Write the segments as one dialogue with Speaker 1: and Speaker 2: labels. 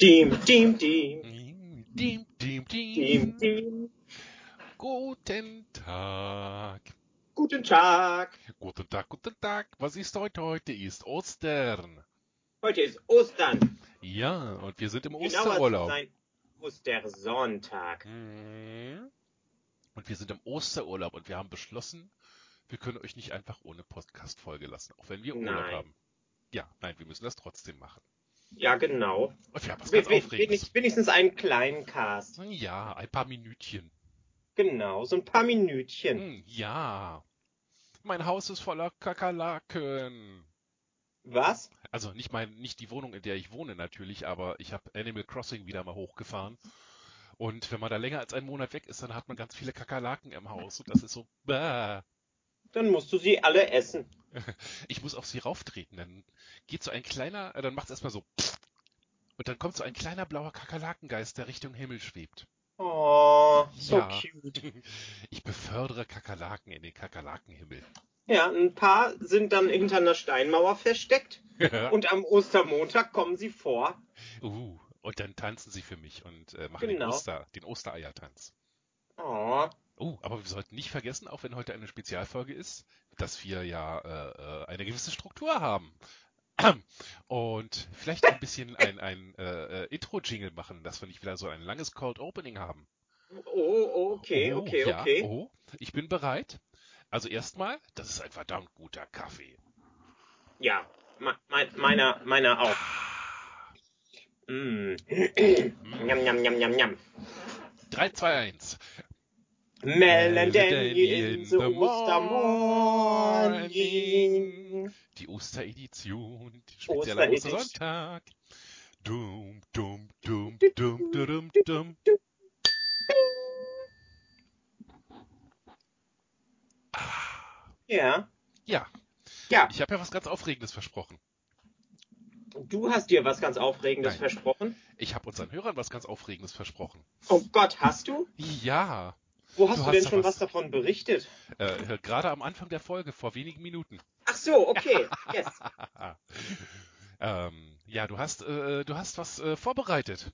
Speaker 1: Dim, dim, dim.
Speaker 2: Dim, dim, dim,
Speaker 1: Dim,
Speaker 2: dim.
Speaker 1: dim.
Speaker 2: Guten Tag.
Speaker 1: Guten Tag.
Speaker 2: Guten Tag, guten Tag. Was ist heute? Heute ist Ostern.
Speaker 1: Heute ist Ostern.
Speaker 2: Ja, und wir sind im
Speaker 1: Genau, Genauer zu
Speaker 2: Osterurlaub.
Speaker 1: sein, Ostersonntag.
Speaker 2: Mhm. Und wir sind im Osterurlaub und wir haben beschlossen, wir können euch nicht einfach ohne Podcast-Folge lassen, auch wenn wir Urlaub
Speaker 1: Nein.
Speaker 2: haben. Ja, nein, wir müssen das trotzdem machen.
Speaker 1: Ja, genau.
Speaker 2: Und wir haben was
Speaker 1: Wir-
Speaker 2: ganz
Speaker 1: wir- wenig-
Speaker 2: Aufregendes.
Speaker 1: Wenigstens einen kleinen Cast.
Speaker 2: Ja, ein paar Minütchen.
Speaker 1: Genau, so ein paar Minütchen.
Speaker 2: Hm, Ja. Mein Haus ist voller Kakerlaken.
Speaker 1: Was?
Speaker 2: Also nicht mein, nicht die Wohnung, in der ich wohne natürlich, aber ich habe Animal Crossing wieder mal hochgefahren. Und wenn man da länger als einen Monat weg ist, dann hat man ganz viele Kakerlaken im Haus. Und das ist so, bäh.
Speaker 1: Dann musst du sie alle essen.
Speaker 2: Ich muss auf sie rauftreten. Dann geht so ein kleiner, äh, dann macht es erstmal so. Und dann kommt so ein kleiner blauer Kakerlakengeist, der Richtung Himmel schwebt.
Speaker 1: Oh, so
Speaker 2: Ja.
Speaker 1: cute.
Speaker 2: Ich befördere Kakerlaken in den Kakerlakenhimmel.
Speaker 1: Ja, ein paar sind dann hinter einer Steinmauer versteckt. Und am Ostermontag kommen sie vor.
Speaker 2: uh, und dann tanzen sie für mich und äh, machen den,
Speaker 1: Genau.
Speaker 2: Oster, den Ostereiertanz.
Speaker 1: Oh,
Speaker 2: Oh, aber wir sollten nicht vergessen, auch wenn heute eine Spezialfolge ist, dass wir ja äh, äh, eine gewisse Struktur haben. Und vielleicht ein bisschen ein, ein äh, äh, Intro-Jingle machen, dass wir nicht wieder so ein langes Cold Opening haben.
Speaker 1: oh okay,
Speaker 2: oh,
Speaker 1: okay,
Speaker 2: ja,
Speaker 1: okay.
Speaker 2: Oh, ich bin bereit. Also erstmal, das ist ein verdammt guter Kaffee.
Speaker 1: Ja, me- mein, meiner, meiner auch. Mm. Njam, njam, njam, njam, njam.
Speaker 2: 3, 2, 1.
Speaker 1: Melanie in the
Speaker 2: morning.
Speaker 1: Ostermorning.
Speaker 2: Die Osteredition, die spezielle
Speaker 1: Osteredition.
Speaker 2: Ostersonntag. Dum, dum, dum, dum, dum, dum.
Speaker 1: Ja,
Speaker 2: Ja,
Speaker 1: ja,
Speaker 2: ich habe ja was ganz Aufregendes versprochen.
Speaker 1: du hast dir was ganz Aufregendes
Speaker 2: Nein.
Speaker 1: versprochen.
Speaker 2: Ich habe unseren Hörern was ganz Aufregendes versprochen.
Speaker 1: Oh Gott, hast du?
Speaker 2: Ja,
Speaker 1: Wo hast
Speaker 2: Du
Speaker 1: du,
Speaker 2: hast
Speaker 1: denn
Speaker 2: da
Speaker 1: schon
Speaker 2: was.
Speaker 1: was. davon berichtet?
Speaker 2: äh, gerade am Anfang der Folge, vor wenigen Minuten.
Speaker 1: Ach so, okay. Yes.
Speaker 2: Ähm, ja, du hast, äh, du hast was äh, vorbereitet.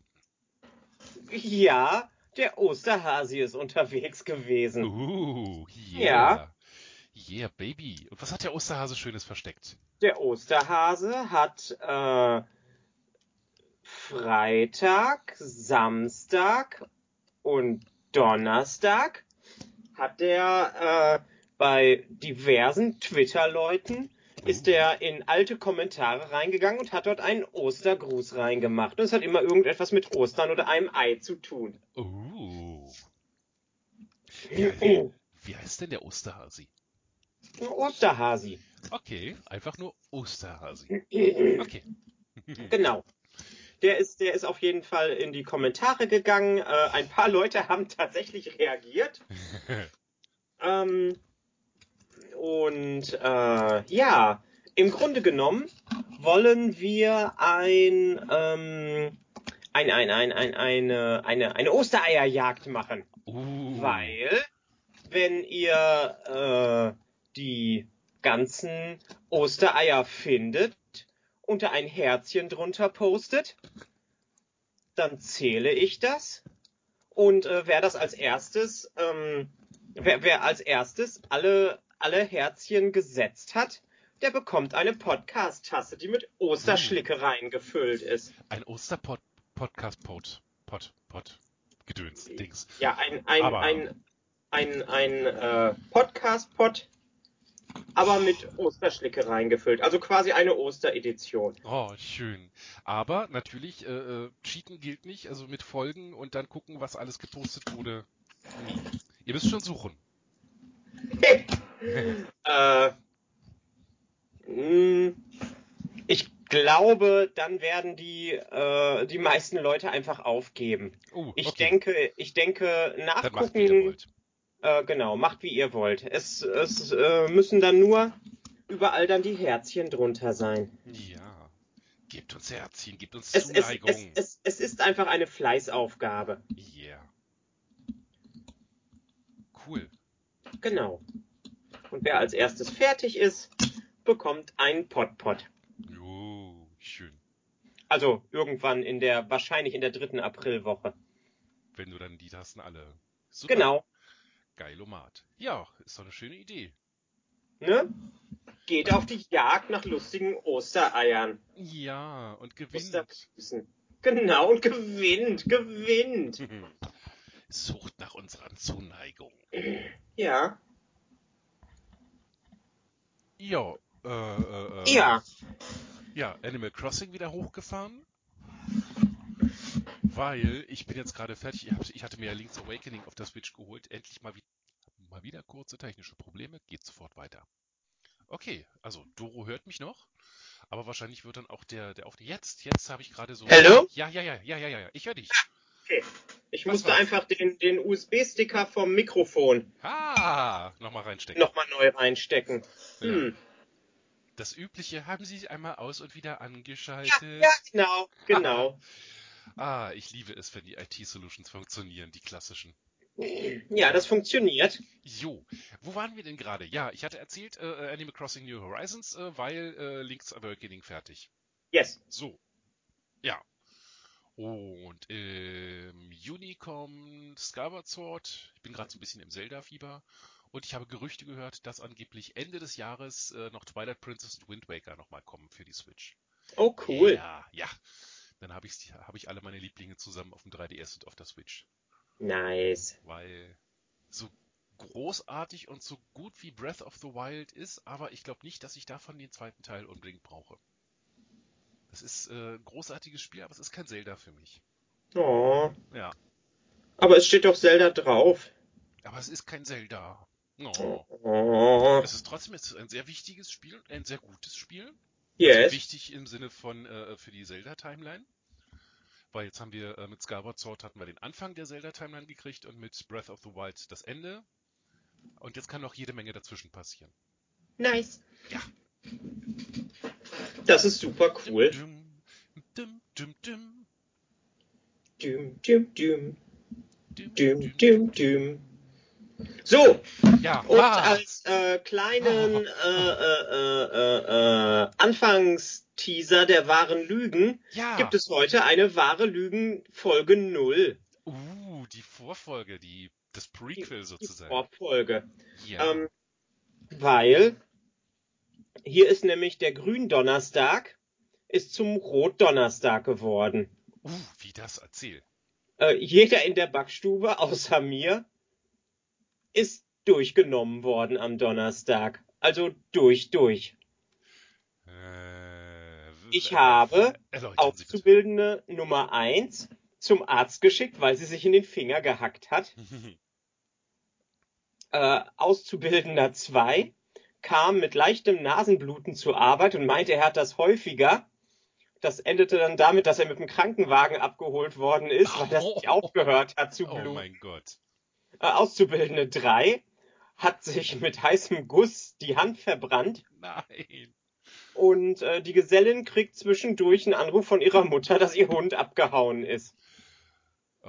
Speaker 1: Ja, der Osterhasi ist unterwegs gewesen.
Speaker 2: Uh, yeah.
Speaker 1: Hm. Ja.
Speaker 2: Yeah, Baby. Und was hat der Osterhase Schönes versteckt?
Speaker 1: Der Osterhase hat äh, Freitag, Samstag und Donnerstag hat er äh, bei diversen Twitter-Leuten ist er in alte Kommentare reingegangen und hat dort einen Ostergruß reingemacht. Und es hat immer irgendetwas mit Ostern oder einem Ei zu tun.
Speaker 2: Uh. Wie,
Speaker 1: Oh,
Speaker 2: wie heißt denn der Osterhasi?
Speaker 1: ein Osterhasi.
Speaker 2: Okay, einfach nur Osterhasi. Okay.
Speaker 1: Genau. Der ist, der ist auf jeden Fall in die Kommentare gegangen. Äh, ein paar Leute haben tatsächlich reagiert. Ähm, und äh, ja, im Grunde genommen wollen wir ein, ähm, ein, ein, ein, ein eine, eine, eine Ostereierjagd machen.
Speaker 2: Uh.
Speaker 1: Weil, wenn ihr äh, die ganzen Ostereier findet und da ein Herzchen drunter postet, dann zähle ich das. Und äh, wer das als erstes, ähm, wer, wer als erstes alle, alle Herzchen gesetzt hat, der bekommt eine Podcast-Tasse, die mit Osterschlickereien gefüllt ist.
Speaker 2: Ein Osterpod Podcast Pod Pod Pod Gedöns Dings.
Speaker 1: Ja, ein, ein,
Speaker 2: Aber-
Speaker 1: ein, ein, ein äh, Podcast-Pod, aber mit Osterschlickereien gefüllt. Also quasi eine Osteredition.
Speaker 2: Oh, schön. Aber natürlich äh, äh, cheaten gilt nicht, also mit Folgen und dann gucken, was alles gepostet wurde. Nee. Ihr müsst schon suchen.
Speaker 1: Äh, mh, ich glaube, dann werden die, äh, die meisten Leute einfach aufgeben.
Speaker 2: Oh,
Speaker 1: Ich
Speaker 2: okay.
Speaker 1: denke, ich denke,
Speaker 2: dann macht wie ihr
Speaker 1: nachgucken.
Speaker 2: wollt.
Speaker 1: Äh, genau, macht wie ihr wollt. Es, es äh, müssen dann nur überall dann die Herzchen drunter sein.
Speaker 2: Ja. Gebt uns Herzchen, gebt uns
Speaker 1: Es, es,
Speaker 2: Zuneigung.
Speaker 1: es, es, es ist einfach eine Fleißaufgabe.
Speaker 2: Yeah. Cool.
Speaker 1: Genau. Und wer als erstes fertig ist, bekommt einen Potpot.
Speaker 2: Jo, schön.
Speaker 1: Also irgendwann in der, wahrscheinlich in der dritten Aprilwoche.
Speaker 2: Wenn du dann die Tasten alle. Super.
Speaker 1: Genau.
Speaker 2: Geilomat. Ja, ist doch eine schöne Idee.
Speaker 1: Ne? Geht auf die Jagd nach lustigen Ostereiern.
Speaker 2: Ja, und gewinnt.
Speaker 1: Osterfüßen. Genau, und gewinnt, gewinnt.
Speaker 2: Sucht nach unserer Zuneigung.
Speaker 1: Ja.
Speaker 2: Ja, äh, äh, äh,
Speaker 1: Ja.
Speaker 2: ja, Animal Crossing wieder hochgefahren. Weil ich bin jetzt gerade fertig. Ich, hab, ich hatte mir ja Link's Awakening auf der Switch geholt. Endlich mal wieder. Mal wieder kurze technische Probleme. Geht sofort weiter. Okay, also Doro hört mich noch. Aber wahrscheinlich wird dann auch der, der auf. Jetzt, jetzt habe ich gerade so.
Speaker 1: Hallo?
Speaker 2: Ja, ja, ja, ja, ja, ja, ja. Ich höre dich.
Speaker 1: Ich
Speaker 2: Was
Speaker 1: musste
Speaker 2: war's?
Speaker 1: einfach den, den USB-Sticker vom Mikrofon
Speaker 2: Ah, nochmal reinstecken.
Speaker 1: nochmal neu reinstecken.
Speaker 2: Ja.
Speaker 1: Hm.
Speaker 2: Das übliche haben Sie einmal aus und wieder angeschaltet.
Speaker 1: Ja, genau, genau.
Speaker 2: Ah, ich liebe es, wenn die IT-Solutions funktionieren, die klassischen.
Speaker 1: Ja, das funktioniert.
Speaker 2: Jo, wo waren wir denn gerade? Ja, ich hatte erzählt, äh, Animal Crossing New Horizons, äh, weil äh, Link's Awakening fertig.
Speaker 1: Yes.
Speaker 2: So, ja. Und im Juni kommt Skyward Sword. Ich bin gerade so ein bisschen im Zelda-Fieber. Und ich habe Gerüchte gehört, dass angeblich Ende des Jahres äh, noch Twilight Princess und Wind Waker nochmal kommen für die Switch.
Speaker 1: Oh, cool.
Speaker 2: Ja, ja. Dann habe ich, hab ich alle meine Lieblinge zusammen auf dem 3DS und auf der Switch.
Speaker 1: Nice.
Speaker 2: Weil so großartig und so gut wie Breath of the Wild ist, aber ich glaube nicht, dass ich davon den zweiten Teil unbedingt brauche. Das ist äh, ein großartiges Spiel, aber es ist kein Zelda für mich.
Speaker 1: Oh.
Speaker 2: Ja.
Speaker 1: Aber es steht doch Zelda drauf.
Speaker 2: Aber es ist kein Zelda. No.
Speaker 1: Oh.
Speaker 2: Es ist trotzdem es ist ein sehr wichtiges Spiel und ein sehr gutes Spiel. Also
Speaker 1: Yes.
Speaker 2: wichtig im Sinne von äh, für die Zelda-Timeline. Weil jetzt haben wir äh, mit Skyward Sword hatten wir den Anfang der Zelda-Timeline gekriegt und mit Breath of the Wild das Ende. Und jetzt kann noch jede Menge dazwischen passieren.
Speaker 1: Nice.
Speaker 2: Ja.
Speaker 1: Das ist super cool.
Speaker 2: Düm, düm, düm, düm,
Speaker 1: Düm, düm, düm,
Speaker 2: düm,
Speaker 1: düm, düm, düm. So,
Speaker 2: Ja,
Speaker 1: und
Speaker 2: ah,
Speaker 1: als äh, kleinen äh, äh, äh, äh, äh, Anfangsteaser der wahren Lügen
Speaker 2: ja.
Speaker 1: gibt es heute eine wahre Lügen Folge 0,
Speaker 2: Uh, die Vorfolge, die, das Prequel
Speaker 1: die
Speaker 2: sozusagen.
Speaker 1: Vorfolge.
Speaker 2: Ja.
Speaker 1: Ähm, weil hier ist nämlich der Gründonnerstag ist zum Rotdonnerstag geworden.
Speaker 2: Uh, wie das erzähl.
Speaker 1: äh, jeder in der Backstube außer mir ist durchgenommen worden am Donnerstag. Also durch, durch.
Speaker 2: Äh, w-
Speaker 1: Ich
Speaker 2: äh,
Speaker 1: habe
Speaker 2: erläutern Sie bitte.
Speaker 1: Auszubildende Nummer eins zum Arzt geschickt, weil sie sich in den Finger gehackt hat. Äh, Auszubildender zwei kam mit leichtem Nasenbluten zur Arbeit und meinte, er hat das häufiger. Das endete dann damit, dass er mit dem Krankenwagen abgeholt worden ist, weil das nicht aufgehört hat zu
Speaker 2: Oh
Speaker 1: bluten.
Speaker 2: mein Gott.
Speaker 1: Äh, Auszubildende 3 hat sich mit heißem Guss die Hand verbrannt
Speaker 2: Nein.
Speaker 1: und äh, die Gesellin kriegt zwischendurch einen Anruf von ihrer Mutter, dass ihr Hund abgehauen ist.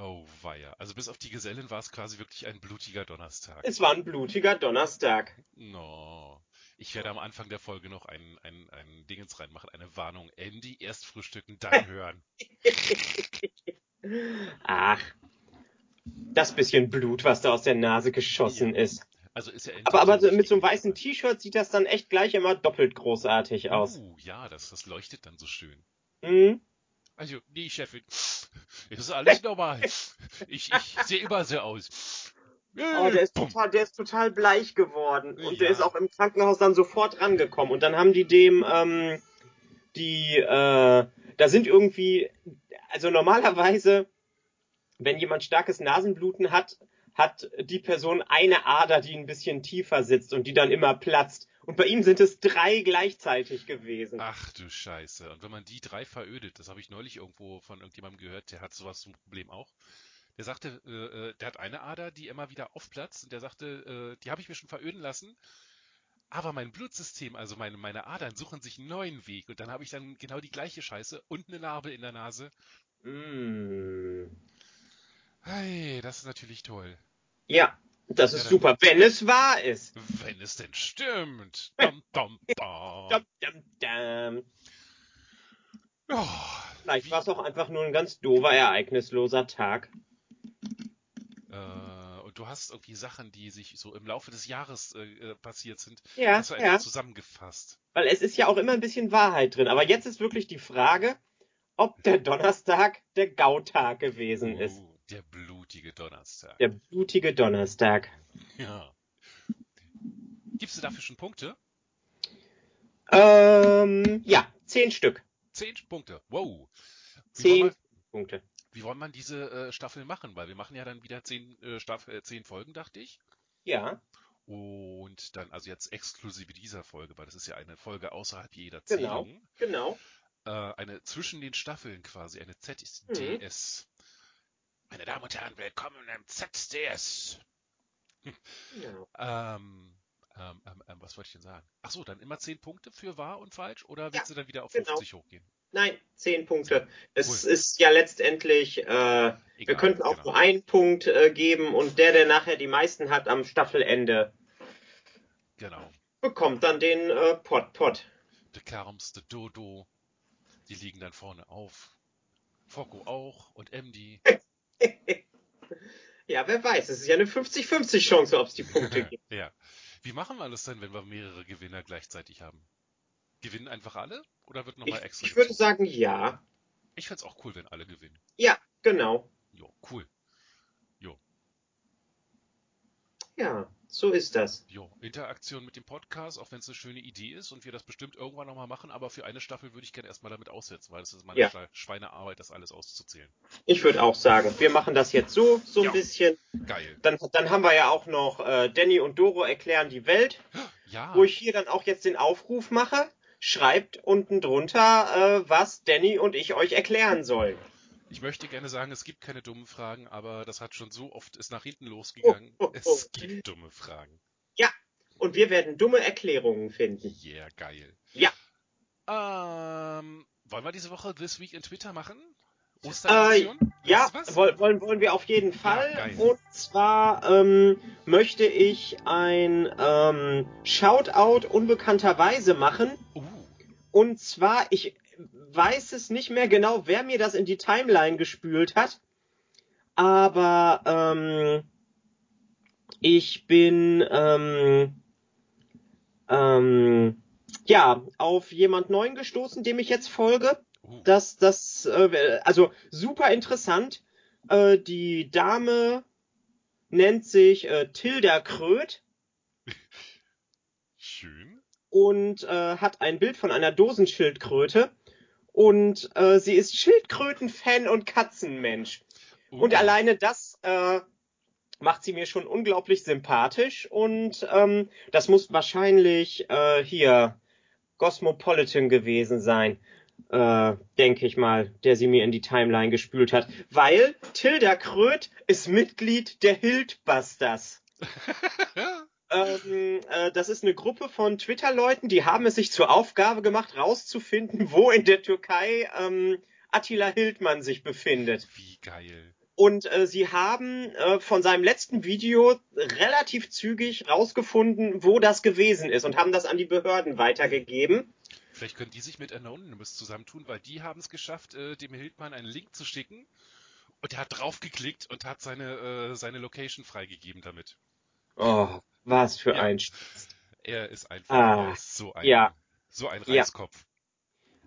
Speaker 2: Oh weia. Also bis auf die Gesellin war es quasi wirklich ein blutiger Donnerstag.
Speaker 1: Es war ein blutiger Donnerstag.
Speaker 2: No. Ich werde am Anfang der Folge noch ein, ein, ein Dingens reinmachen, eine Warnung. Andy, erst frühstücken, dann hören.
Speaker 1: Ach, das bisschen Blut, was da aus der Nase geschossen ist.
Speaker 2: Also ist ja Andy
Speaker 1: Aber, aber
Speaker 2: so
Speaker 1: so, mit so einem
Speaker 2: richtig-
Speaker 1: weißen T-Shirt sieht das dann echt gleich immer doppelt großartig aus.
Speaker 2: Uh, ja, das, das leuchtet dann so schön.
Speaker 1: Mhm.
Speaker 2: Also, nee, Chefin. Es ist alles normal. Ich, ich sehe immer so aus.
Speaker 1: Oh, der ist,
Speaker 2: Bumm.
Speaker 1: total, der ist total bleich geworden. Und der
Speaker 2: Ja.
Speaker 1: ist auch im Krankenhaus dann sofort rangekommen. Und dann haben die dem, ähm, die, äh, da sind irgendwie, also normalerweise, wenn jemand starkes Nasenbluten hat, hat die Person eine Ader, die ein bisschen tiefer sitzt und die dann immer platzt. Und bei ihm sind es drei gleichzeitig gewesen.
Speaker 2: Ach du Scheiße. Und wenn man die drei verödet, das habe ich neulich irgendwo von irgendjemandem gehört, der hat sowas zum Problem auch. Der sagte, äh, äh, der hat eine Ader, die immer wieder aufplatzt und der sagte, äh, die habe ich mir schon veröden lassen. Aber mein Blutsystem, also meine, meine Adern, suchen sich einen neuen Weg. Und dann habe ich dann genau die gleiche Scheiße und eine Narbe in der Nase.
Speaker 1: Mm.
Speaker 2: Hey, das ist natürlich toll.
Speaker 1: Ja, das
Speaker 2: Ja,
Speaker 1: ist
Speaker 2: dann-
Speaker 1: super, wenn es wahr ist.
Speaker 2: Wenn es denn stimmt. Dam, dam, dam.
Speaker 1: Dam, dam, dam.
Speaker 2: Ja,
Speaker 1: Vielleicht war es auch einfach nur ein ganz doofer, ereignisloser Tag.
Speaker 2: Äh, und du hast irgendwie Sachen, die sich so im Laufe des Jahres äh, äh, passiert sind,
Speaker 1: Ja,
Speaker 2: hast du einfach
Speaker 1: ja.
Speaker 2: zusammengefasst.
Speaker 1: Weil es ist ja auch immer ein bisschen Wahrheit drin. Aber jetzt ist wirklich die Frage, ob der Donnerstag der Gautag gewesen ist.
Speaker 2: Oh, der blutige Donnerstag.
Speaker 1: Der blutige Donnerstag.
Speaker 2: Ja. Gibst du dafür schon Punkte?
Speaker 1: Ähm, ja, zehn Stück.
Speaker 2: Zehn Punkte. Wow. Wie wollen
Speaker 1: Zehn
Speaker 2: wir-
Speaker 1: Punkte.
Speaker 2: Wie wollen man diese äh, Staffel machen? Weil wir machen ja dann wieder zehn, äh, Staff äh, zehn Folgen, dachte ich.
Speaker 1: Ja,
Speaker 2: Und dann, also jetzt exklusive dieser Folge, weil das ist ja eine Folge außerhalb jeder
Speaker 1: Genau.
Speaker 2: Zählung.
Speaker 1: genau.
Speaker 2: Äh, eine zwischen den Staffeln quasi, eine ZDS.
Speaker 1: Mhm.
Speaker 2: Meine Damen und Herren, willkommen im ZDS.
Speaker 1: genau.
Speaker 2: Ähm, ähm, ähm, ähm, was wollte ich denn sagen? Ach so, dann immer 10 Punkte für wahr und falsch oder willst du dann wieder auf
Speaker 1: genau.
Speaker 2: 50 hochgehen?
Speaker 1: Nein, zehn Punkte. Es
Speaker 2: Cool.
Speaker 1: ist ja letztendlich, äh, wir
Speaker 2: Egal,
Speaker 1: könnten auch
Speaker 2: genau.
Speaker 1: nur einen Punkt äh, geben und der, der nachher die meisten hat am Staffelende,
Speaker 2: Genau.
Speaker 1: bekommt dann den äh, Pot Pot.
Speaker 2: The Karms, The Dodo, die liegen dann vorne auf. Foko auch und MD.
Speaker 1: Ja, wer weiß, es ist ja eine 50-50 Chance, ob es die Punkte gibt.
Speaker 2: ja. Wie machen wir das denn, wenn wir mehrere Gewinner gleichzeitig haben? Gewinnen einfach alle oder wird
Speaker 1: Ich,
Speaker 2: nochmal extra?
Speaker 1: ich würde
Speaker 2: gezogen?
Speaker 1: sagen, ja.
Speaker 2: ich fände es auch cool, wenn alle gewinnen.
Speaker 1: Ja, genau.
Speaker 2: Jo, cool.
Speaker 1: Ja, so ist das.
Speaker 2: Jo, Interaktion mit dem Podcast, auch wenn es eine schöne Idee ist und wir das bestimmt irgendwann nochmal machen, aber für eine Staffel würde ich gerne erstmal damit aussetzen, weil das ist meine
Speaker 1: Ja.
Speaker 2: Schwe- Schweinearbeit, das alles auszuzählen.
Speaker 1: Ich würde auch sagen, wir machen das jetzt so, so ein
Speaker 2: Ja.
Speaker 1: bisschen.
Speaker 2: Geil.
Speaker 1: Dann, dann haben wir ja auch noch äh, Danny und Doro erklären die Welt,
Speaker 2: Ja,
Speaker 1: wo ich hier dann auch jetzt den Aufruf mache. Schreibt unten drunter, äh, was Danny und ich euch erklären sollen.
Speaker 2: ich möchte gerne sagen, es gibt keine dummen Fragen, aber das hat schon so oft ist nach hinten losgegangen.
Speaker 1: Oh, oh, oh.
Speaker 2: Es gibt dumme Fragen.
Speaker 1: Und wir werden dumme Erklärungen finden.
Speaker 2: Yeah, geil.
Speaker 1: Ja.
Speaker 2: Ähm, wollen wir diese Woche This Week in Twitter machen?
Speaker 1: Äh,
Speaker 2: Osteredition?
Speaker 1: ja,
Speaker 2: Weißt du was?
Speaker 1: woll- wollen, wollen wir auf jeden
Speaker 2: Ja,
Speaker 1: Fall.
Speaker 2: geil.
Speaker 1: und zwar ähm, möchte ich ein ähm, Shoutout unbekannterweise machen.
Speaker 2: Uh,
Speaker 1: Und zwar, ich weiß es nicht mehr genau, wer mir das in die Timeline gespült hat. Aber ähm, ich bin ähm, ähm, ja auf jemand neuen gestoßen, dem ich jetzt folge.
Speaker 2: uh.
Speaker 1: Das, das, äh, also super interessant. Äh, die Dame nennt sich äh, Tilda Kröth
Speaker 2: Schön.
Speaker 1: und äh, hat ein Bild von einer Dosenschildkröte. Und äh, sie ist Schildkrötenfan und Katzenmensch.
Speaker 2: Uh,
Speaker 1: Und alleine das äh, macht sie mir schon unglaublich sympathisch. Und ähm, das muss wahrscheinlich äh, hier Cosmopolitan gewesen sein, äh, denke ich mal, der sie mir in die Timeline gespült hat. Weil Tilda Kröth ist Mitglied der Hildbusters. Ähm, äh, das ist eine Gruppe von Twitter-Leuten, die haben es sich zur Aufgabe gemacht, rauszufinden, wo in der Türkei ähm, Attila Hildmann sich befindet.
Speaker 2: Wie geil.
Speaker 1: Und äh, sie haben äh, von seinem letzten Video relativ zügig rausgefunden, wo das gewesen ist und haben das an die Behörden weitergegeben.
Speaker 2: Vielleicht können die sich mit Anonymous zusammentun, weil die haben es geschafft, äh, dem Hildmann einen Link zu schicken. Und er hat draufgeklickt und hat seine, äh, seine Location freigegeben damit.
Speaker 1: Oh, was für
Speaker 2: Ja.
Speaker 1: ein... Sch
Speaker 2: Er ist einfach
Speaker 1: Ah,
Speaker 2: er ist so ein,
Speaker 1: ja.
Speaker 2: so ein
Speaker 1: Ja.
Speaker 2: Reiskopf.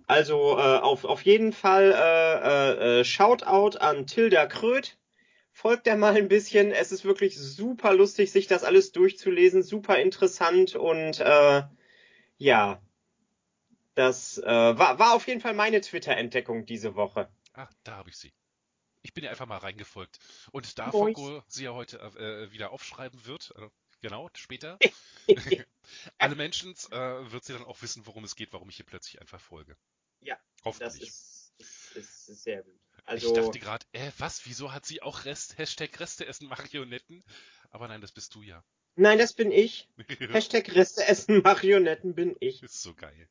Speaker 1: Also äh, auf, auf jeden Fall äh, äh, äh, Shoutout an Tilda Kröth. Folgt der mal ein bisschen. Es ist wirklich super lustig, sich das alles durchzulesen. Super interessant und äh, ja, das äh, war, war auf jeden Fall meine Twitter-Entdeckung diese Woche.
Speaker 2: Ah, da habe ich sie. Ich bin ihr einfach mal reingefolgt. Und da
Speaker 1: Moin.
Speaker 2: Foko sie ja heute äh, wieder aufschreiben wird, äh, genau, später, alle Menschen äh, wird sie dann auch wissen, worum es geht, warum ich ihr plötzlich einfach folge.
Speaker 1: Ja, Das
Speaker 2: Hoffentlich.
Speaker 1: ist, ist, ist sehr gut.
Speaker 2: ich
Speaker 1: Also
Speaker 2: dachte gerade, äh, was, wieso hat sie auch Rest, Hashtag Reste essen Marionetten? Aber nein, das bist du ja.
Speaker 1: nein, das bin ich. Hashtag Reste essen Marionetten bin ich.
Speaker 2: ist so geil.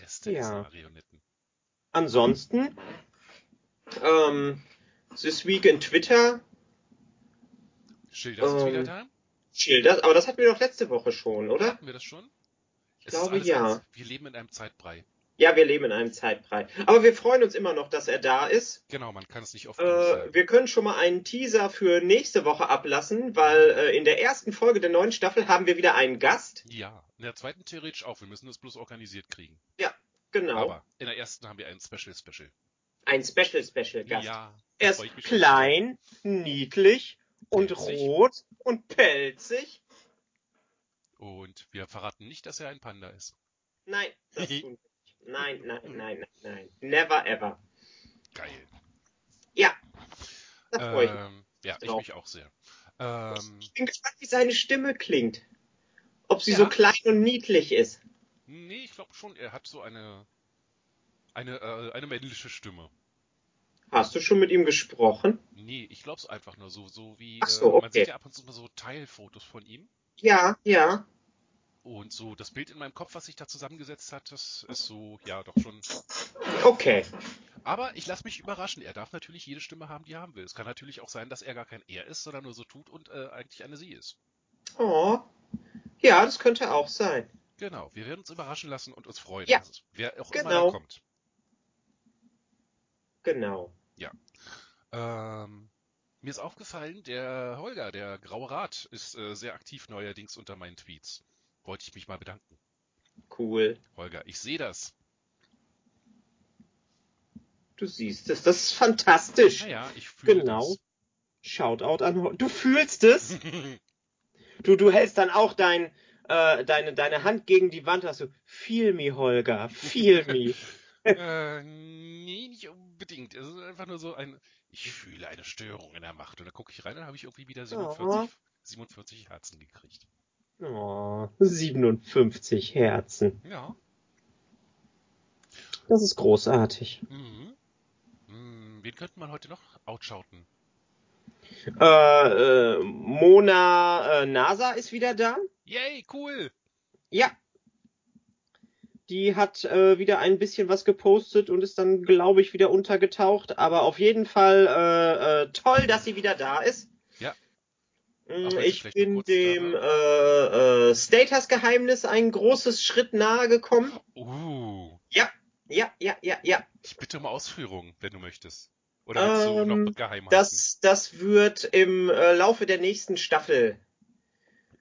Speaker 2: Reste
Speaker 1: Ja.
Speaker 2: essen Marionetten.
Speaker 1: Ansonsten, ähm, This Week in Twitter
Speaker 2: Schilder sind
Speaker 1: Ähm,
Speaker 2: wieder da?
Speaker 1: schildert, aber das hatten wir doch letzte Woche schon, oder?
Speaker 2: Hatten wir das schon? Ich
Speaker 1: glaube, ja.
Speaker 2: wir leben in einem Zeitbrei.
Speaker 1: Ja, wir leben in einem Zeitbrei. Aber wir freuen uns immer noch, dass er da ist.
Speaker 2: Genau, man kann es nicht oft
Speaker 1: Äh,
Speaker 2: genug sagen.
Speaker 1: wir können schon mal einen Teaser für nächste Woche ablassen, weil äh, in der ersten Folge der neuen Staffel haben wir wieder einen Gast.
Speaker 2: Ja, in der zweiten theoretisch auch. Wir müssen das bloß organisiert kriegen.
Speaker 1: Genau.
Speaker 2: Aber in der ersten haben wir ein Special Special.
Speaker 1: Ein Special Special Gast.
Speaker 2: Ja.
Speaker 1: er
Speaker 2: freu
Speaker 1: ist
Speaker 2: ich mich schon.
Speaker 1: klein, niedlich und
Speaker 2: Pelzig.
Speaker 1: rot und pelzig.
Speaker 2: Und wir verraten nicht, dass er ein Panda ist.
Speaker 1: Nein, das tun wir nicht. Nein, nein, nein, nein, nein. Never ever.
Speaker 2: Geil.
Speaker 1: Da freue ich mich.
Speaker 2: Ähm, ja, ich
Speaker 1: Genau.
Speaker 2: mich auch sehr. Ähm,
Speaker 1: Ich bin gespannt, wie seine Stimme klingt. Ob sie
Speaker 2: Ja.
Speaker 1: so klein und niedlich ist.
Speaker 2: nee, ich glaube schon, er hat so eine eine äh, eine männliche Stimme.
Speaker 1: Hast du schon mit ihm gesprochen?
Speaker 2: Nee, ich glaube es einfach nur so, so wie
Speaker 1: Ach so,
Speaker 2: äh, man sieht
Speaker 1: okay.
Speaker 2: ja ab und zu mal so Teilfotos von ihm
Speaker 1: Ja, ja.
Speaker 2: und so das Bild in meinem Kopf, was sich da zusammengesetzt hat, das ist so ja doch schon
Speaker 1: Okay.
Speaker 2: Aber ich lasse mich überraschen. Er darf natürlich jede Stimme haben, die er haben will. Es kann natürlich auch sein, dass er gar kein Er ist, sondern nur so tut und äh, eigentlich eine Sie ist.
Speaker 1: Oh. Ja, das könnte auch sein.
Speaker 2: Genau. Wir werden uns überraschen lassen und uns freuen.
Speaker 1: Ja.
Speaker 2: dass es- wer auch
Speaker 1: Genau.
Speaker 2: immer da kommt.
Speaker 1: Genau.
Speaker 2: Ähm, mir ist aufgefallen, der Holger, der graue Rat, ist äh, sehr aktiv neuerdings unter meinen Tweets. Wollte ich mich mal bedanken.
Speaker 1: Cool.
Speaker 2: Holger, ich sehe das.
Speaker 1: Du siehst es. Das ist fantastisch.
Speaker 2: Naja, ich fühle
Speaker 1: Genau. Shoutout an. Ho- Du fühlst es.
Speaker 2: das.
Speaker 1: Du, du hältst dann auch dein, äh, deine, deine Hand gegen die Wand. Hast du. Feel me, Holger. Feel me.
Speaker 2: äh, nee, nicht unbedingt. Es ist einfach nur so ein, ich fühle eine Störung in der Macht. Und dann gucke ich rein, dann habe ich irgendwie wieder 47, 47 Herzen gekriegt.
Speaker 1: Oh, 57 Herzen.
Speaker 2: Ja.
Speaker 1: Das ist großartig.
Speaker 2: Mhm. Hm, wen könnte man heute noch outschauten? Genau.
Speaker 1: Äh, äh, Mona äh, NASA ist wieder da.
Speaker 2: Yay, cool!
Speaker 1: Ja. Die hat äh, wieder ein bisschen was gepostet und ist dann, glaube ich, wieder untergetaucht. Aber auf jeden Fall äh, äh, toll, dass sie wieder da ist.
Speaker 2: Ja.
Speaker 1: Mm,
Speaker 2: Auch wenn sie
Speaker 1: Ich
Speaker 2: vielleicht
Speaker 1: bin
Speaker 2: nur kurz
Speaker 1: dem
Speaker 2: da
Speaker 1: äh, äh, Status-Geheimnis ein großes Schritt nahe gekommen.
Speaker 2: Uh,
Speaker 1: Ja, ja, ja, ja.
Speaker 2: ich bitte um Ausführungen, wenn du möchtest. Oder willst du
Speaker 1: Ähm,
Speaker 2: noch geheim halten?
Speaker 1: Das, das wird im äh, Laufe der nächsten Staffel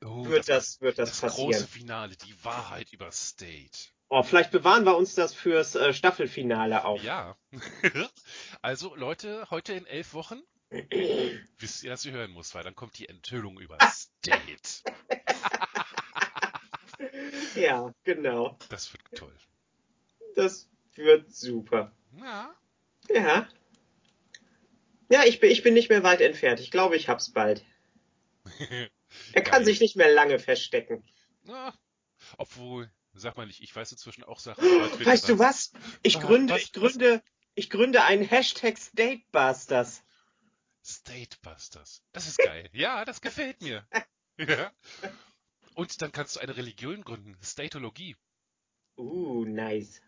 Speaker 2: Oh,
Speaker 1: wird das, wird das,
Speaker 2: das
Speaker 1: passieren.
Speaker 2: große Finale, die Wahrheit über State.
Speaker 1: Oh, vielleicht bewahren wir uns das fürs äh, Staffelfinale auf.
Speaker 2: Ja. also Leute, heute in elf Wochen wisst ihr, dass ihr hören muss, weil dann kommt die Enthüllung über
Speaker 1: Ah.
Speaker 2: State.
Speaker 1: ja, genau.
Speaker 2: Das wird toll.
Speaker 1: Das wird super.
Speaker 2: Na,
Speaker 1: Ja. Ja, ich bin, ich bin nicht mehr weit entfernt. Ich glaube, ich hab's bald. Er kann
Speaker 2: Geil.
Speaker 1: sich nicht mehr lange verstecken.
Speaker 2: na. Obwohl, sag mal nicht, ich weiß inzwischen auch Sachen. über Twitter.
Speaker 1: Weißt du was? Ich
Speaker 2: Ah,
Speaker 1: gründe,
Speaker 2: was-
Speaker 1: ich gründe, ich gründe einen Hashtag Statebusters.
Speaker 2: Statebusters. Das ist geil. Ja, das gefällt mir. Ja. Und dann kannst du eine Religion gründen. Statologie.
Speaker 1: Uh, nice.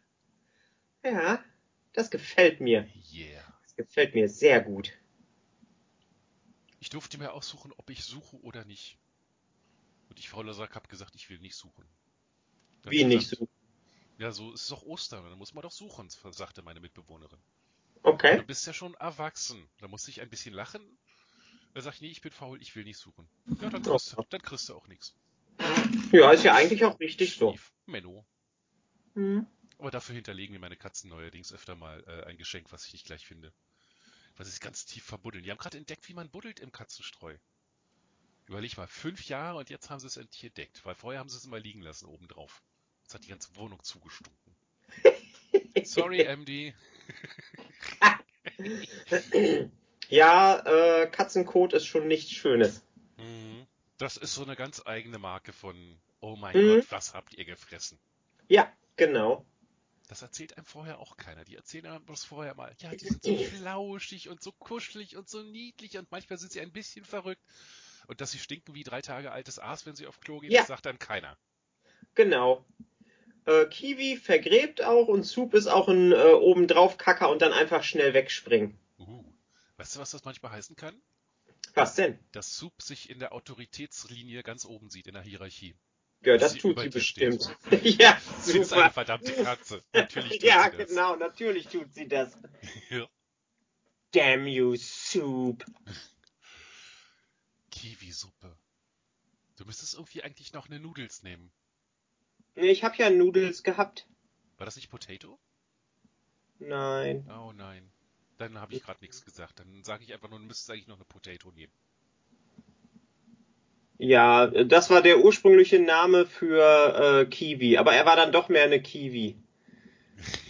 Speaker 1: Ja, das gefällt mir.
Speaker 2: Yeah.
Speaker 1: Das gefällt mir sehr gut.
Speaker 2: Ich durfte mir aussuchen, ob ich suche oder nicht. Und ich, Frau Lasak, habe gesagt, ich will nicht suchen. Dann
Speaker 1: Wie
Speaker 2: hat
Speaker 1: nicht
Speaker 2: gesagt,
Speaker 1: so.
Speaker 2: Ja, so es ist doch Ostern, dann muss man doch suchen, sagte meine Mitbewohnerin. Du
Speaker 1: Okay.
Speaker 2: bist ja schon erwachsen. Da musste ich ein bisschen lachen. Da sag ich, nee, ich bin faul, ich will nicht suchen. Ja, dann kriegst du, dann kriegst du auch nichts.
Speaker 1: Ja, ist ja eigentlich auch richtig so.
Speaker 2: Schief. Menno.
Speaker 1: Hm.
Speaker 2: Aber dafür hinterlegen mir meine Katzen neuerdings öfter mal äh, ein Geschenk, was ich nicht gleich finde. Was ist ganz tief verbuddeln. Die haben gerade entdeckt, wie man buddelt im Katzenstreu. Überleg mal, fünf Jahre und jetzt haben sie es endlich entdeckt, weil vorher haben sie es immer liegen lassen obendrauf. Jetzt hat die ganze Wohnung zugestunken. Sorry, MD.
Speaker 1: Ja, äh, Katzenkot ist schon nichts Schönes.
Speaker 2: Mhm. Das ist so eine ganz eigene Marke von, oh mein
Speaker 1: Mhm.
Speaker 2: Gott, was habt ihr gefressen?
Speaker 1: Ja, genau.
Speaker 2: Das erzählt einem vorher auch keiner. Die erzählen einem bloß vorher mal, ja, die sind so flauschig und so kuschelig und so niedlich und manchmal sind sie ein bisschen verrückt. Und dass sie stinken wie drei Tage altes Aas, wenn sie auf Klo gehen,
Speaker 1: Ja.
Speaker 2: das sagt einem keiner.
Speaker 1: Genau. Äh, Kiwi vergräbt auch und Soup ist auch ein äh, obendrauf Kacker und dann einfach schnell wegspringen.
Speaker 2: Uh. Weißt du, was das manchmal heißen kann?
Speaker 1: Was denn?
Speaker 2: Dass Soup sich in der Autoritätslinie ganz oben sieht, in der Hierarchie.
Speaker 1: Ja,
Speaker 2: Dass
Speaker 1: das
Speaker 2: sie
Speaker 1: tut
Speaker 2: über
Speaker 1: sie
Speaker 2: dir steht.
Speaker 1: bestimmt. ja,
Speaker 2: Sie ist eine
Speaker 1: super.
Speaker 2: verdammte Katze. Natürlich tut
Speaker 1: Ja,
Speaker 2: sie das.
Speaker 1: genau, natürlich tut sie das.
Speaker 2: Ja.
Speaker 1: Damn you, Soup.
Speaker 2: Kiwisuppe. Du müsstest irgendwie eigentlich noch eine Nudels nehmen.
Speaker 1: Nee, Ich habe ja Noodles gehabt.
Speaker 2: War das nicht Potato?
Speaker 1: Nein.
Speaker 2: Oh nein. Dann habe ich gerade nichts gesagt. Dann sage ich einfach nur, du müsstest eigentlich noch eine Potato nehmen.
Speaker 1: Ja, das war der ursprüngliche Name für äh, Kiwi, aber er war dann doch mehr eine Kiwi.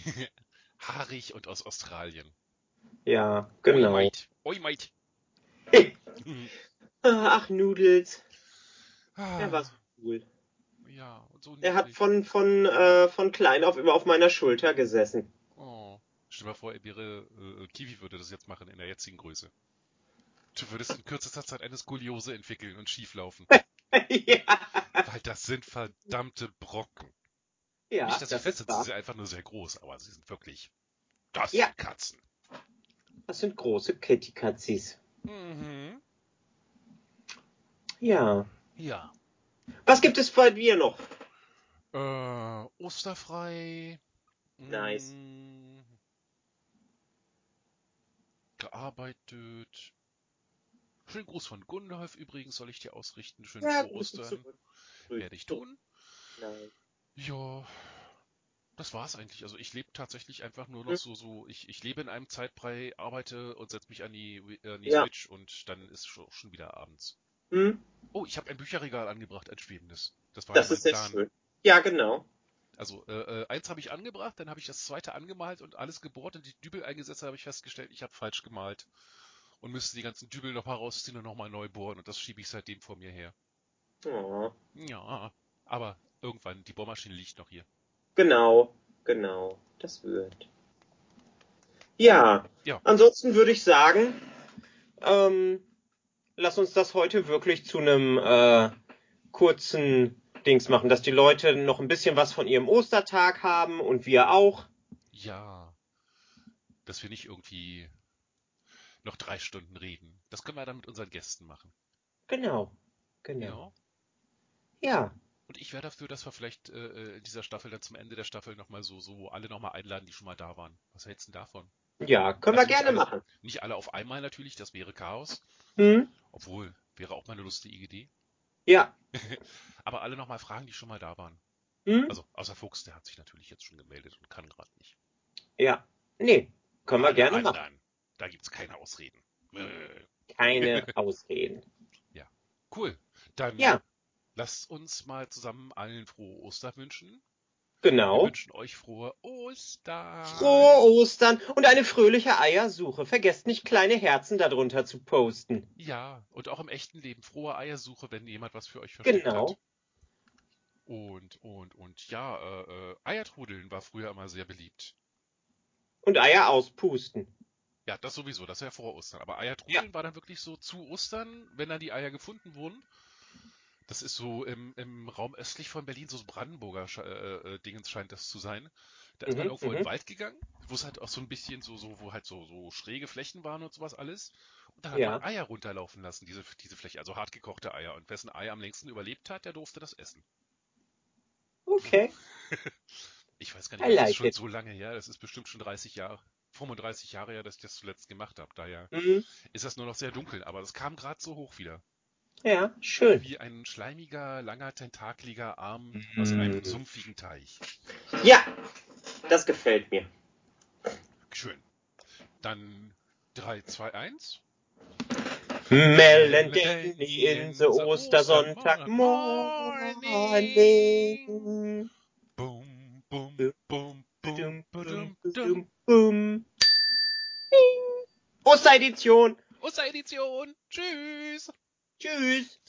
Speaker 2: Haarig und aus Australien.
Speaker 1: Ja, genau.
Speaker 2: Oi, mate. Oi, mate.
Speaker 1: Ach, Noodles.
Speaker 2: Ah,
Speaker 1: Er war so cool.
Speaker 2: ja, und so
Speaker 1: Er hat
Speaker 2: niedlich.
Speaker 1: von, von, äh, von klein auf immer auf meiner Schulter gesessen.
Speaker 2: Oh. Stell dir mal vor, er wäre äh, Kiwi würde das jetzt machen in der jetzigen Größe. Du würdest in kürzester Zeit eine Skoliose entwickeln und schief laufen.
Speaker 1: ja,
Speaker 2: weil das sind verdammte Brocken.
Speaker 1: ja,
Speaker 2: Nicht, dass sie
Speaker 1: das,
Speaker 2: fest
Speaker 1: ist
Speaker 2: sind, sie
Speaker 1: wahr.
Speaker 2: sind einfach nur sehr groß, aber sie sind wirklich. Das
Speaker 1: Ja.
Speaker 2: sind Katzen.
Speaker 1: das sind große Kitty-Katzis.
Speaker 2: Mhm.
Speaker 1: Ja.
Speaker 2: Ja.
Speaker 1: Was gibt es bei dir noch?
Speaker 2: Äh, Osterfrei.
Speaker 1: Nice.
Speaker 2: Mm. Gearbeitet. Schönen Gruß von Gundolf übrigens soll ich dir ausrichten. Schönen ja,
Speaker 1: grüß dich
Speaker 2: Ostern.
Speaker 1: zurück. Grüß
Speaker 2: Werde ich
Speaker 1: dich.
Speaker 2: tun.
Speaker 1: Nein.
Speaker 2: Ja. Das war's eigentlich. Also ich lebe tatsächlich einfach nur noch
Speaker 1: Hm.
Speaker 2: so, so, ich, ich lebe in einem Zeitbrei, arbeite und setze mich an die, äh, an die
Speaker 1: Ja.
Speaker 2: Switch und dann ist schon, schon wieder abends.
Speaker 1: Hm?
Speaker 2: Oh, ich habe ein Bücherregal angebracht, ein schwebendes. Das war
Speaker 1: Das
Speaker 2: ja mein
Speaker 1: ist sehr
Speaker 2: Plan.
Speaker 1: schön. Ja, genau.
Speaker 2: Also äh, äh, eins habe ich angebracht, dann habe ich das zweite angemalt und alles gebohrt und die Dübel eingesetzt, habe ich festgestellt, ich habe falsch gemalt und müsste die ganzen Dübel nochmal rausziehen und nochmal neu bohren und das schiebe ich seitdem vor mir her.
Speaker 1: Oh,
Speaker 2: Ja, aber irgendwann, die Bohrmaschine liegt noch hier.
Speaker 1: genau, genau. Das wird. Ja.
Speaker 2: Ja.
Speaker 1: Ansonsten würde ich sagen, ähm, lass uns das heute wirklich zu einem äh, kurzen Dings machen, dass die Leute noch ein bisschen was von ihrem Ostertag haben und wir auch.
Speaker 2: Ja, dass wir nicht irgendwie noch drei Stunden reden. Das können wir dann mit unseren Gästen machen.
Speaker 1: Genau,
Speaker 2: Ja.
Speaker 1: genau. Ja,
Speaker 2: Und ich wäre dafür, dass wir vielleicht äh, äh, in dieser Staffel dann zum Ende der Staffel nochmal so, so alle nochmal einladen, die schon mal da waren. Was hältst du denn davon?
Speaker 1: ja, können
Speaker 2: Also
Speaker 1: wir gerne
Speaker 2: nicht alle-
Speaker 1: machen.
Speaker 2: Nicht alle auf einmal natürlich, das wäre Chaos.
Speaker 1: Hm?
Speaker 2: Obwohl, wäre auch mal eine lustige Idee.
Speaker 1: Ja.
Speaker 2: Aber alle nochmal fragen, die schon mal da waren.
Speaker 1: Hm?
Speaker 2: Also, außer Fuchs, der hat sich natürlich jetzt schon gemeldet und kann gerade nicht.
Speaker 1: Ja. Nee, können wir
Speaker 2: Alle
Speaker 1: gerne machen.
Speaker 2: einladen. Da gibt's keine Ausreden. Äh,
Speaker 1: Keine Ausreden.
Speaker 2: Cool. Dann
Speaker 1: Ja.
Speaker 2: lasst uns mal zusammen allen frohe Ostern wünschen. Wir
Speaker 1: Genau.
Speaker 2: wünschen euch frohe Ostern.
Speaker 1: Frohe Ostern und eine fröhliche Eiersuche. Vergesst nicht, kleine Herzen darunter zu posten.
Speaker 2: Ja, und auch im echten Leben frohe Eiersuche, wenn jemand was für euch versteckt
Speaker 1: Genau.
Speaker 2: hat. Und, und, und ja, äh, äh, Eiertrudeln war früher immer sehr beliebt.
Speaker 1: Und Eier auspusten.
Speaker 2: Ja, das sowieso, das war ja vor Ostern. Aber Eiertrudeln war dann wirklich so zu Ostern, wenn dann die Eier gefunden wurden. Das ist so im, im Raum östlich von Berlin, so Brandenburger Sche- äh, äh, Dingens scheint das zu sein. Da ist man
Speaker 1: Mhm,
Speaker 2: irgendwo in
Speaker 1: mhm.
Speaker 2: den Wald gegangen, wo es halt auch so ein bisschen so, so wo halt so, so schräge Flächen waren und sowas alles. Und dann hat
Speaker 1: Ja.
Speaker 2: man Eier runterlaufen lassen, diese, diese Fläche, also hart gekochte Eier. Und wessen Ei am längsten überlebt hat, der durfte das essen.
Speaker 1: Okay.
Speaker 2: Ich weiß gar nicht,
Speaker 1: I
Speaker 2: das ist
Speaker 1: like
Speaker 2: schon
Speaker 1: it.
Speaker 2: so lange her, das ist bestimmt schon 30 Jahre, 35 Jahre her, dass ich das zuletzt gemacht habe. Daher
Speaker 1: Mhm.
Speaker 2: ist das nur noch sehr dunkel, aber das kam gerade so hoch wieder.
Speaker 1: Ja, schön.
Speaker 2: Wie ein schleimiger, langer, tentakliger Arm aus
Speaker 1: Mhm.
Speaker 2: einem sumpfigen Teich.
Speaker 1: Ja, das gefällt mir.
Speaker 2: Schön. Dann 3, 2, 1.
Speaker 1: Melendeni in the Ostersonntagmorning.
Speaker 2: Bum, bum,
Speaker 1: Bum,
Speaker 2: bum, bum,
Speaker 1: Dum,
Speaker 2: bum,
Speaker 1: dum,
Speaker 2: bum.
Speaker 1: dum, dum. Ding. Osteredition.
Speaker 2: Osteredition. Tschüss.
Speaker 1: Tschüss.